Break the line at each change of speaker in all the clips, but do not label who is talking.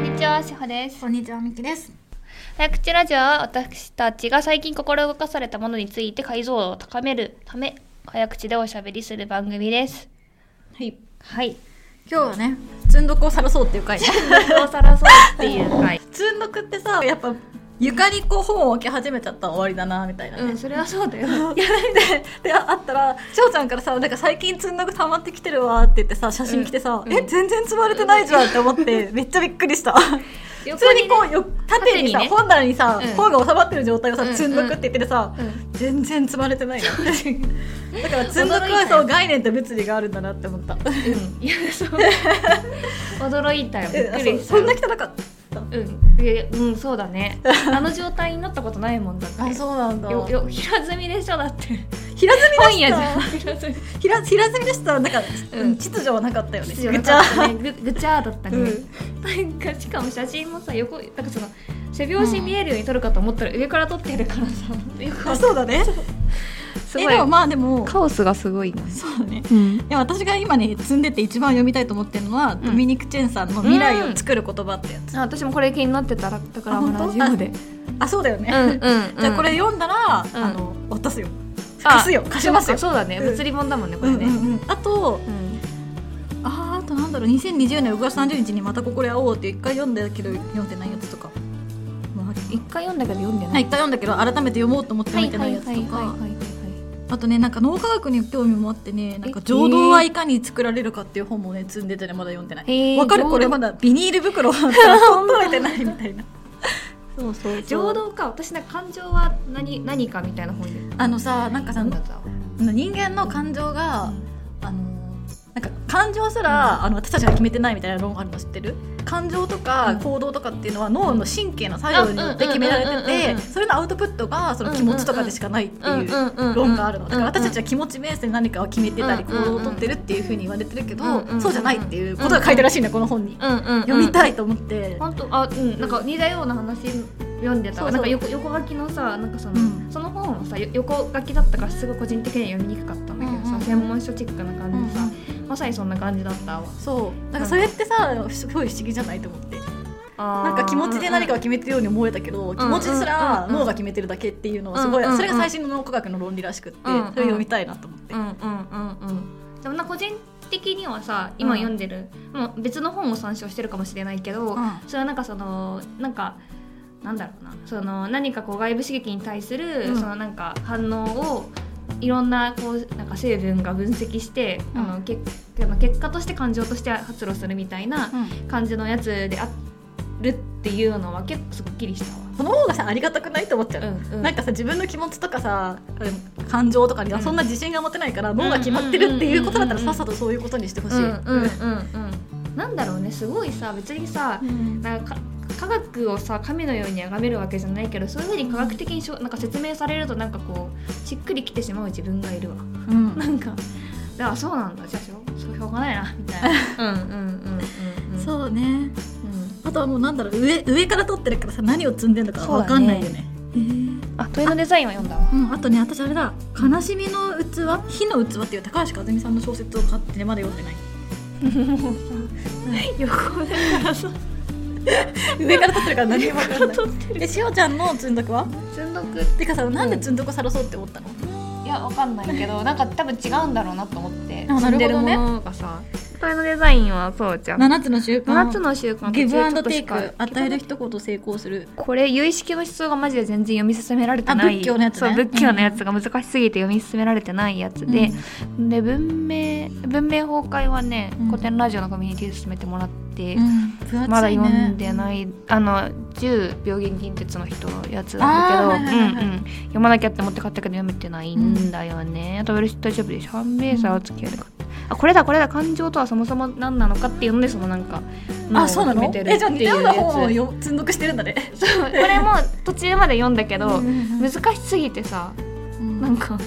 です
こんにちはみきです
早口ラジオは私たちが最近心動かされたものについて解像度を高めるため早口でおしゃべりする番組です
はい
はい
今日はねつんどくをさらそうっていう回
おさらそうっていう回
つんどくってさやっぱ床にこう本を置き始めちゃったら終わりだなみたいなね、
うんそれはそうだよ
いやでであったら翔ちゃんからさ「なんか最近つんどく溜まってきてるわ」って言ってさ写真来てさ「
うん
え
うん
全然積まれてないじゃん」って思ってめっちゃびっくりした普
横
通
ね
にこうよ縦にさ
縦にね
本棚にさ、
うん
本が収まってる状態をさ
うん
「つんどく」って言っててさ、
うん
全然積まれてないな だからつんどく
驚い
は
たよ
そう概念と物理があるんだなって思った
うんいやそう驚いたよびっくりした
そそんな汚かっ
う
た
んえうんそうだねあの状態になったことないもんだって
あそうなんだ
よよ平積みでしょだって
平積み
本
でし
屋じ
た
ゃん平積み
平平積みでしたなんか、
うん
秩序はなかったよね
必要なかった
ぐちゃ
ねぐぐちゃーだったね、
う
なんかしかも写真もさ横なんかその背拍子見えるように撮るかと思ったら上から撮ってるからさよく
あそうだね
す
え
ごい
でもまあでも
カオスがすごいね、
そうだね
うん、
いや私が今ね積んでて一番読みたいと思ってるのは、ドミニク・チェンさんの「未来を作る言葉」ってやつ、
私もこれ気になってたらだから
あ本当
ラジオで
あそうだよね、
うん うん、
じゃあこれ読んだら、
ん
あの渡すよ
あ
貸すよ貸しますよ
そうだね
うん
物理本だもんねこ
う
れ
んう
ね、
んうんあと
うん
あーあとなんだろう2020年6月30日にまたここで会おうって一回読んだけど読んでないやつとかもある
一回読んだけど読んでな
はい
い
一回読んだけど改めて読もうと思って読めてないやつとか
はいはい
あとねなんか脳科学に興味もあってねなんか浄土はいかに作られるかっていう本もね積んでてねまだ読んでな
へ
い
ー
わかる
浄土
これまだビニール袋を 取っといてないみたいなそうそうそう
浄土か私なんか感情は何何かみたいな本で
あのさなんかさ
なんだったわ
人間の感情があのなんか感情すらあの私たちが決めてないみたいな論あるの知ってる感情と
う
か
ん
行動とかっていうのは脳の神経の作用によって決められ
あうんうんうんうんう
て
ん
てそれのアウトプットがその気持ちとかでしかないっていう論があるのだから私たちは気持ちベースで何かを決めてたり
うん
行
うんうん
動をとってるっていうふうに言われてるけど
うんうん
そうじゃないっていうことが書いてるらしいんだよこの本に読
読
みたいと思って
本当あうんなんか似たような話読んでた
そうそう
なんか横横書きのさなんかその、
うん
その本はさよ横書きだったからすごい個人的には読みにくかったんだけどさ、
うんうん
専門書チックな感じでさ、まさにそんな感じだったわ
そうだからそれってさすごい不思議じゃないと思って
な
なんか気持ちで何かを決めてるように思えたけど気持ちすら脳が決めてるだけっていうのはすごい
うんうんうん
それが最新の脳科学の論理らしくってそ
うんう
れ
ん
を読みたいなと思って
うんうんうんうんでもな個人的にはさ今読んでる、もう別の本を参照してるかもしれないけど、それはなんかそのなんかなんだろうなその何かこう外部刺激に対する、
うん
そのなんか反応をいろんなこうなんか成分が分析して、
うん
あのけあの結果として感情として発露するみたいな感じのやつであるっていうのは結構すっきりしたわ。
その方がさありがたくないと思っちゃう
う
なんかさ自分の気持ちとかさ感情とかに
うん
そんな自信が持てないから脳が決まってるっていうことだったら
うん
さっさとそういうことにしてほし
うん
い
うんうんうん、なんだろうねすごいさ別にさ
うん
なんか科学をさ神のように崇めるわけじゃないけどそういうふうに科学的にしょなんか説明されるとなんかこうしっくりきてしまう自分がいるわ。
うん
なんか「あそうなんだじゃあしょそうしょうがないな」みたいな うんうんうんうんうん
そうね
うん
あとはもうなんだろう上上から撮ってるからさ何を積んでるのかわかんないよね
あ問いのデザインは読んだわ
うん、あとね私あれだ「悲しみの器」「火の器」っていう高橋和美さんの小説を買ってねまだ読んで ない
もうさ横で
上から撮ってるから何にも分かんない
撮って る
えしおちゃんのつんどくは
積んどく
てかさなんでつんどくさらそうって思ったの、
いやわかんないけどなんか多分違うんだろうなと思って
あ
積んでるも
なるほ
のがさ問いのデザインはそうじゃん
7つの習
7つの習慣
ギブアンド
途中
テ
ち
イ
ょっとし
ク
か
与える一言成功する
これ有意識の思想がマジで全然読み進められてない
あ仏教のやつね
そう仏教のやつが難しすぎて読み進められてないやつで、で文明文明崩壊はね、
うん
古典ラジオのコミュニティで進めてもらって、
うん分厚いね
まだ読んで
い
ない、あの十病原近鉄の人のやつ
あ
なんだ
ー
けど、
はいはいはい
うんうん、読まなきゃって思って買ったけど読めてないんだよね、あとウルシットジョブでシャンベーサーを付き合いで買った、あこれだこれだ感情とはそもそも何なのかっていうのでそのなんか
あそうな
のを
の
決めてる
えじゃあ
っ
似
てい
たよう
うや
な
つ
本をよつんどくしてるんだね
そうこれも途中まで読んだけど、
む
難
ず
しすぎてさ
うん
なんか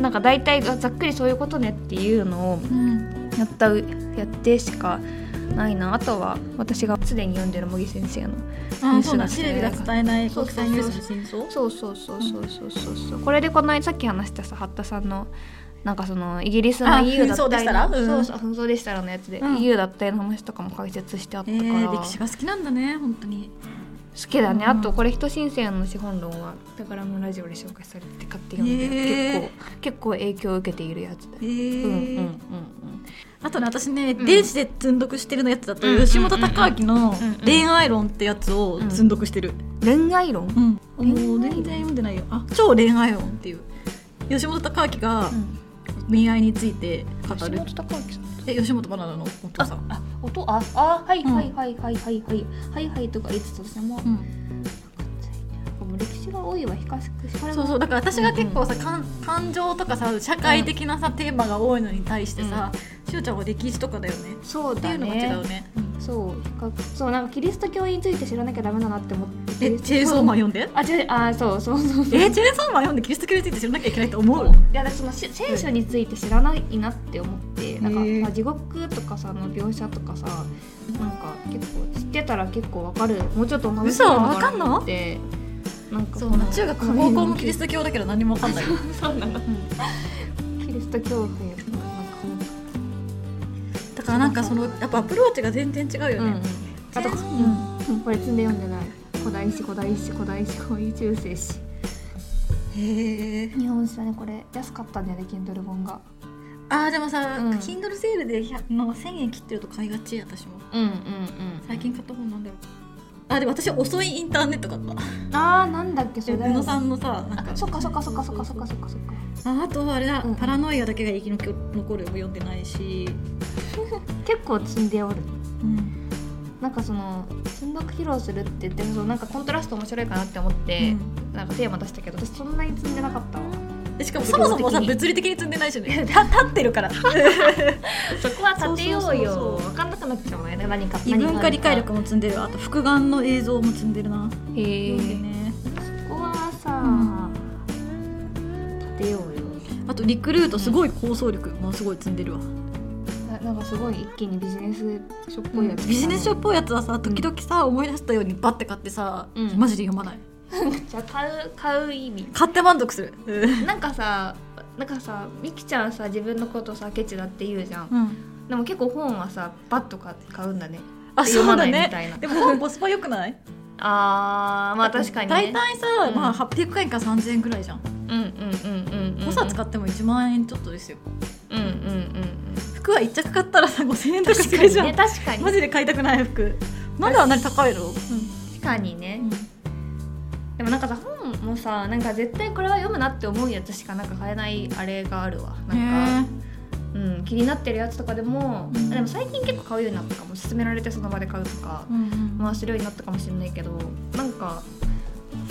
なんか大体ざっくりそういうことねっていうのを
うん
やったうやってしかないなあとは私がすでに読んでる茂木先生の
あそうだ
ニュースだし
テレビが伝えない
そう
国
そうそう
際ニュースの真相
そうそうそうそうそうそうそうこれでこの間さっき話したさ八田さんのなんかそのイギリスの EU だ
あ紛争
った
でし
り
たら
の
うん
そうそう紛争でしたらのやつで、
うん
EU だったりの話とかも解説してあった
え
から、
ー、
好
歴史が好きなんだね本当に
きだね、
うん
あとこれ「人新世の資本論」は「宝のラジオ」で紹介されて買って読んで、
えー
結構結構影響を受けているやつだ
え
よ、
ー
うんうんうん
あとね私ね、
うん
電子で積んどくしてるのやつだと、
うん
吉本隆明の
うんうん
「恋愛論」ってやつを積んどくしてる、
うん恋愛論、
うん
恋愛
もう
論
全然読んでないよあ超恋愛論っていう吉本隆明が恋愛について語
橋
る、
本隆明さん
え吉本バナナのお父さん
あ音ああはい
うん
はいはいはいはいはいはいはいとか言ってたとしても
うん
もう歴史が多いは比較しかれ
そうそうだから私が結構さ、かん感情とかさ社会的なさ、テーマが多いのに対してさ、しおちゃんは歴史とかだよね
そう
ってい
だ
うのが違う
ね
ね
そう比較そうなんかキリスト教について知らなきゃダメだなって思って
えチェーンソーマ
ン
ン読んで
あ違うあそうそうそうそう
えチェーンソーマン読んでキリスト教について知らなきゃいけないと思う
いやだからそのし聖書について知らないなって思ってなんか、
へー
まあ地獄とかさの描写とかさなんか結構知ってたら結構わかるもうちょっと学べたのかなってなんか
そ
こ
う
の
中学も高校もキリスト教だけど何もわかんない
そうなのキリスト教会なんか
だからなんかそのやっぱアプローチが全然違うよね、
あと、うん、これ積んで読んでない古代史古代史古代史古代中世史
へえ
日本史だねこれ安かったんだよね Kindle 本が
あーでもさ、
うん
Kindle セールで100の1000円切ってると買いがち私も
うんうんうん
最近買った本なんだろうあでも私遅いインターネット買った
ああなんだっけそれ
宇
だよ
野さんのさなんか
あそっかそっかそっかそっかそっかそっかそっか
ああとあれだ、
うん
パラノイアだけが生き残るも読んでないし、
結構積んでおる
うん
なんかその積んどく披露するって言ってそのなんかコントラスト面白いかなって思って、なんかテーマ出したけど私そんなに積んでなかったわ
でしかもそもそもさ
物理的に
物理的に積んでないしねた立ってる から
そこは立てよう
そうそうそう
よ
そう
分かんなくなっちゃうもんね何か
異文化理解力
も
も積んでるあと複眼の映像も積んでるな、
へ
読んで
え
ね
そこはさ、立てようよ
あとリクルートすごい構想力もすごい積んでるわ、
ななんかすごい一気にビジネス書っぽいやつ、
ビジネス書っぽいやつはさ時々さ、思い出したようにバッて買ってさ、
うん
マジで読まない
じゃあ買う買う意味
買って満足する
なんかさなんかさみきちゃんさ自分のことさケチだって言うじゃん
うん
でも結構本はさバッと買買うんだね
あ
読
そう
まない
だ
み
ね
たいな
でも本コスパ良くない
あ ーまあ確かにね
大体さ、
うん
まあ、800円か3000円ぐらいじゃん
うんうんうんうんうん
5冊買っても1万円ちょっとですよ
うんうんうん
服は1着買ったらさ5000円とか
確
す
か
る
に
じゃん、
ね確かに
マジで買いたくない服なんであんなに高いの、
確かにねでもなんかさ本もさなんか絶対これは読むなって思うやつしかなんか買えないあれがあるわなんか、
へ
うん、気になってるやつとかでも、
うん
あでも最近結構買うようになったかも勧められてその場で買うとか
ー、うん
回せるようになったかもしれないけどなんか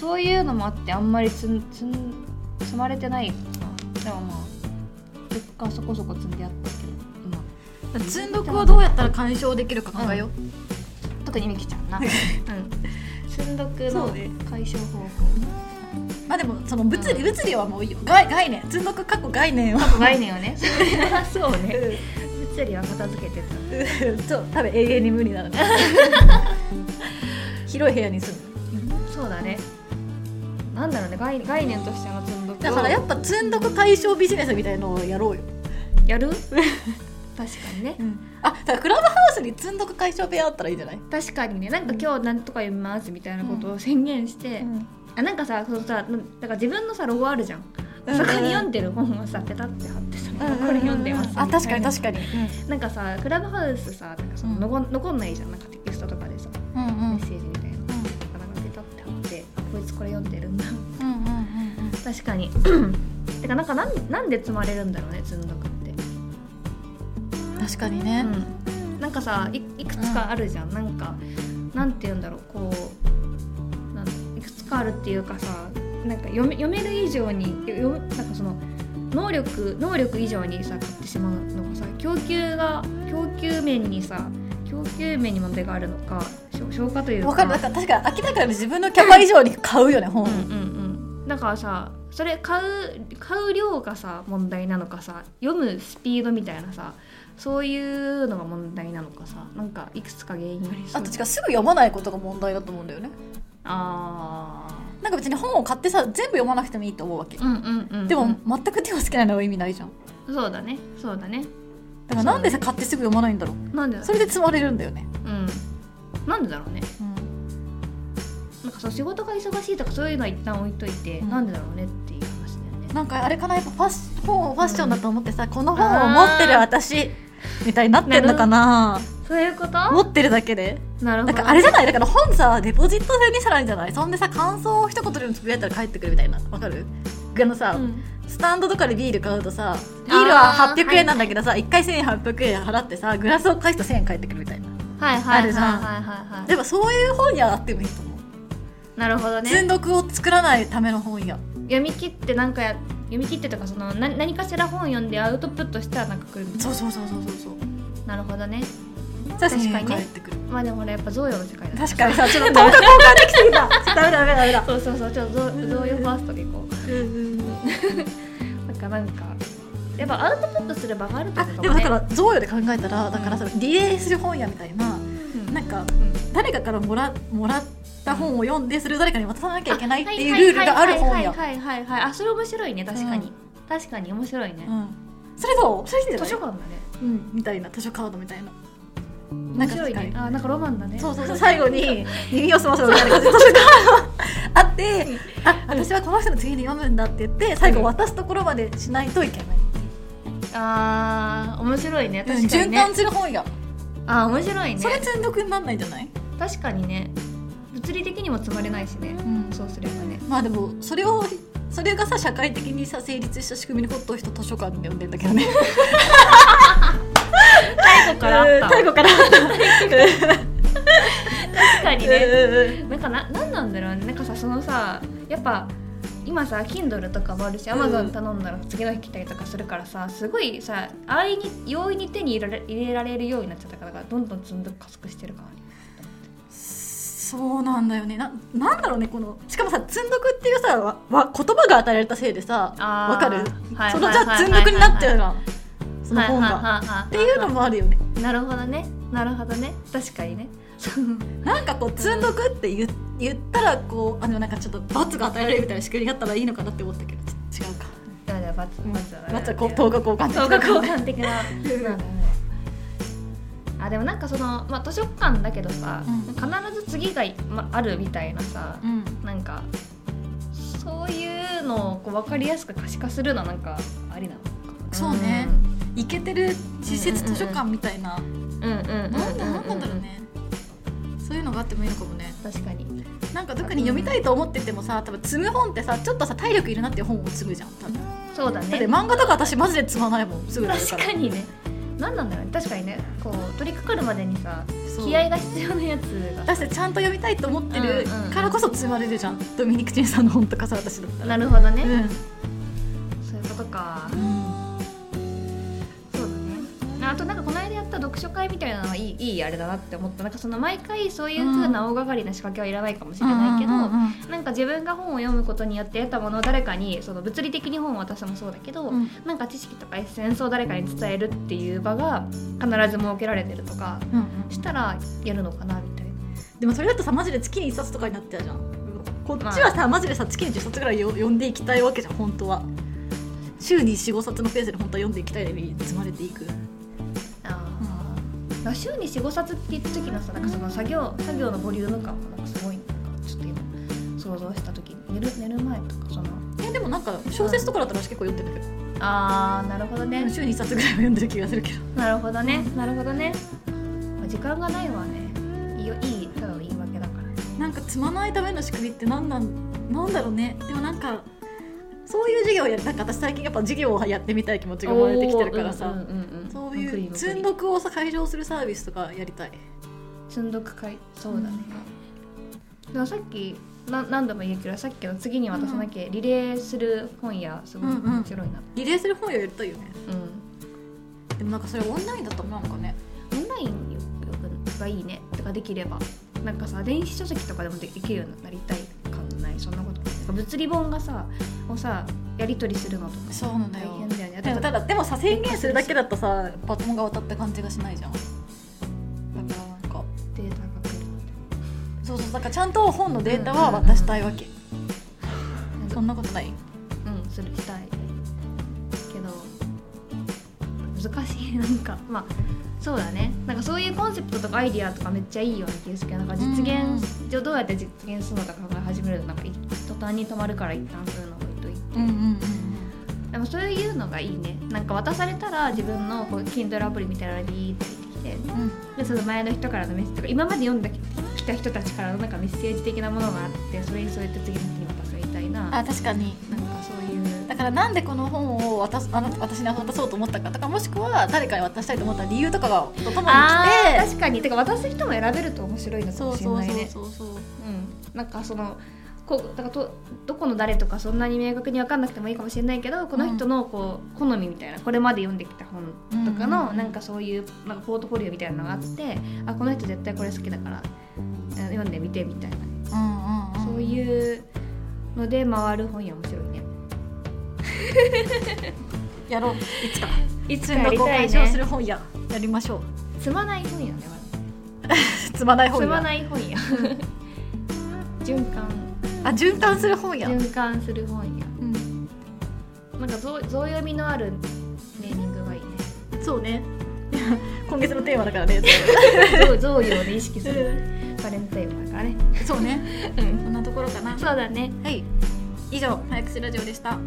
そういうのもあってあんまり積ん積ん積まれてないかなでもまあ結果そこそこ積んであったけど、ま
積んどくをどうやったら解消できるか考えよう、
あ、特にみきちゃんな、うん、積んどくの
そうね
解消方法
まあでもその物理物理はもういいよ概概念積んどく過去概念を
概念を ねそれはそうね
うん
物理は片付けてた
ちょっと多分永遠に無理 なので広い部屋に住む
そうだね。なんだろうね概概念としての積んどくを
だからやっぱ積んどく解消ビジネスみたいのをやろうよ、
や る確かにね。
あだからクラブハウスに積んどく解消部屋あったらいいんじゃない、
確かにねなんか今日なんとか読みますみたいなことを宣言して、あなんかさそのさなんだから自分のさロゴあるじゃん、
うん
そこに読んでる本をさペタって貼ってさ、
うん
これ読んでますみたいな
あ確かに確かに、
なんかさクラブハウスさなんかその残ん残んないじゃんなんかテキストとかでさ
うんうん
メッセージみたいな、なんかペタって貼ってあこいつこれ読んでるんだ確かに てかなんかなんなんで積まれるんだろうね積んどくって
確かにね、
うん、なんかさいいくつかあるじゃん、なんかなんて言うんだろうこうなんいくつかあるっていうかさなんか読め読める以上によ読めなんかその能力能力以上にさ買ってしまうのがさ供給が供給面にさ供給面に問題があるのかしょ消化という
わかるだから確かに明らかに自分のキャパ以上に買うよね本、
うんうんうんだからさそれ買う買う量がさ問題なのかさ読むスピードみたいなさそういうのが問題なのかさなんかいくつか原因がありそ
あ
う
としかすぐ読まないことが問題だと思うんだよね
あ
なんか別に本を買ってさ全部読まなくてもいいと思うわけ
ーうんうんうんうん
でも全く手をつけないのは意味ないじゃん
そうだねそうだね
だからなんでさ買ってすぐ読まないんだろう
なんでだ
それで積まれるんだよね、
うんなんでだろうねなんかさ仕事が忙しいとかそういうのは一旦置いといて、
うん
なんでだろうねっていう話だよね
なんかあれかなやっぱファッシ本をファッションだと思ってさ、この本を持ってる私みたいになってんのかな
そういうこと
持ってるだけで
なるほ
な
ど
んかあれじゃないだから本さデポジット制にしたらいいんじゃないそんでさ感想を一言でもつぶやいたら返ってくるみたいなわかるあのさ、
うん
スタンドとかでビール買うとさビールは800円なんだけどさ、一回1800円払ってさグラスを返すと1000円返ってくるみたいな
はいはい
あ
はい
るじ
は
ゃん
いはいはい
でもそういう本屋あってもいいと思う
なるほどね
積んどくを作らないための本屋
読み切ってなんかや読み切ってとかそのな何かしら本読んでアウトプットしたらなんか来るみたい
そうそうそうそうそうそう
ななるほどね
確
か
か
にね
に返ってくる
まあでも俺やっぱ贈与の世界だ
確かにさちょっ と動画交換できすぎた ダメだダメだダメだ
そうそうそうちょっと贈贈与ファーストでいこうなんかなんかやっぱアウトプットする場があるって
あ
こと
で
かも
もだ
ね
から贈与で考えたらだからそのリレーする本屋みたいな
うん
なんか
うん
誰かからもらもらった本を読んでそれを誰かに渡さなきゃいけないっていうルールがある本屋
はいはいはいはいはいはいあそれ面白いね確かに、
うん
確かに面白いね
う、んそれどうそれいいんじゃ
図
ない
書館だね
うんみたいな図書カードみたいな
面白い
なん
ね
か
あなんかロマンだね
そううそうそう最後に耳を澄ませば誰か図書カードあってあ私はこの人の次に読むんだって言って最後渡すところまでしないといけない
あー面白いね確かに
循
ね、
環する本屋
あー面白いね
それ積んどくになんないんじゃない
確かにね物理的にも積まれないしね、
ん
そうすればね
まあでもそれをそれがさ社会的にさ成立した仕組みのことを人図書館で読んでんだけどね
太古からあった
最後 から
確かにね
ね
なんかななんなんだろうねなんかさそのさやっぱ今さ Kindle とかもあるし
うん
Amazon 頼んだら次の日来たりとかするからさすごいさ安易に容易に手に入れられ入れられるようになっちゃったからだからどんどん積んどく加速してるからね
そうなんだよねななんだろうねこのしかもさ「積んどく」っていうさわわ言葉が与えられたせいでさ
あー
わかる
はい
そのじゃ
は
あ
いはい
積んどくになっちゃうじゃんその
はい
本
はい
が。
はいはい
っていうのもあるよね
なるほどねなるほどね確かに ねそう
なんかこう「積んどく」って言言ったらこうあでもなんかちょっと罰が与えられるみたいな仕組みがあったらいいのかなって思ったけどち違うか
じゃあじゃあバツバツだね
罰はこう等価交換
等価交換的な
うん
なんだねあでもなんかその、まあ、図書館だけどさ、
うん
必ず次が、ま、あるみたいなさ、
うん
なんかそういうのをこう分かりやすく可視化するのはなんかありなのかな
そうねイケてる施設図書館みたいな、
うんうんうんうん
なんだなんなんだろうね、そういうのがあってもいいのかもね
確かに
なんか特に読みたいと思っててもさ多分積む本ってさちょっとさ体力いるなっていう本を積むじゃん多分だ
そうだ
って
ね
漫画とか私マジで積まないもんすぐやる
確かにね何なんだろうね確かにねこう取り掛かるまでにさ
そう
気合が必要なやつが
私ちゃんと読みたいと思ってる
うんうん
からこそ積まれるじゃん、ドミニク・チンさんの本とかさ私だったら
なるほどね、
うん
そういうことか
うん
そうだねあとなんかこの間やった読書会みたいなのはいいいいあれだなって思ったなんかその毎回そういう風な大掛かりな仕掛けはいらないかもしれないけど、
うんうんうん
なんか自分が本を読むことによって得たものを誰かにその物理的に本を渡すもそうだけど、
うん
なんか知識とかエッセンスを誰かに伝えるっていう場が必ず設けられてるとか
うんうん
したらやるのかなみたいな。
でもそれだとさマジで月に1冊とかになっちゃうじゃんこっちはさマジでさ月に10冊ぐらいよ読んでいきたいわけじゃん本当は週に45冊のペースで本当は読んでいきたいのに積まれていく
あーだから週に45冊って言った時のさなんかその作業作業のボリューム感がなんかすごいなんかちょっと今想像した時に寝る寝る前とかその
いやでもなんか小説とかだったら私結構読んでるんだ
あーなるほど
けど
ね
週に1冊ぐらいは読んでる気がするけど
なるほどねなるほどね時間がないわねいいよいいただの言い訳だから
なんか積まないための仕組みってなんなんなんだろうねでもなんかそういう授業をやるなんか私最近やっぱ授業をやってみたい気持ちが生まれてきてるからさ、
おーうんうんん
そういう積
く
んどくをさ解消するサービスとかやりたい
積んどく会そうだね、でもさっきな何度も言うけどさっきの次に渡さなきゃ、リレーする本やすごい
うんうん
面白いな
リレーする本をやりたいよね
うん、
でもなんかそれオンラインだと思うのかね
オンラインよくがいいねとかできればなんかさ電子書籍とかでもできるようになりたい感ないそんなことないなんか物理本がさをさやり取りするのとか
そうなんだ
大
よ
変だよね
でもただでもさ宣言するだけだとさバトンが渡った感じがしないじゃんだからなんか
データが来る
そうそうだからちゃんと本のデータは渡したいわけ、
なんか
そんなことない
うんするしたいけど難しいなんかまあそうだねなんかそういうコンセプトとかアイディアとかめっちゃいいような気がするけどなんか実現をどうやって実現するのか考え始めるとなんかい途端に止まるから一旦そういうの置いといて、
うんうんうん
でもそういうのがいいねなんか渡されたら自分のこう Kindle アプリみたいなのがビーって出てきて
うん
でその前の人からのメッセージとか今まで読んできた人たちからのなんかメッセージ的なものがあってそれにそうやって次の日に渡すみたいななんか
あ確かに
そういう
だからなんでこの本を渡すあの私に渡そうと思ったかとかもしくは誰かに渡したいと思った理由とかがとともに
あー
来て
確かにてか渡す人も選べると面白いのか
そ
も
う
しれ
そう
ない
そう
ね
そうそう
うんなんかそのこうだからとどこの誰とかそんなに明確に分かんなくてもいいかもしれないけどこの人のこう、好みみたいなこれまで読んできた本とか
うんうん
の
うん
なんかそういうなんかポートフォリオみたいなのがあってあこの人絶対これ好きだからうん読んでみてみたいな
うんうん
そう
う
いうので回る本や面白いね。
やろういつか
いつ
全力を解消する本ややりましょう
つまない本やね。
つまない
つ
本
ま
や
ない本や。循環
あ循環する本や、
循環する本や。
うん、
なんかぞうぞう読みのあるネーミングがいいね。
そうね 今月のテーマだか らね
贈贈与をね意識するバレンタインだからね。
そうね
うん。
こんなところかな
そうだね。
はい以上早口ラジオでした
は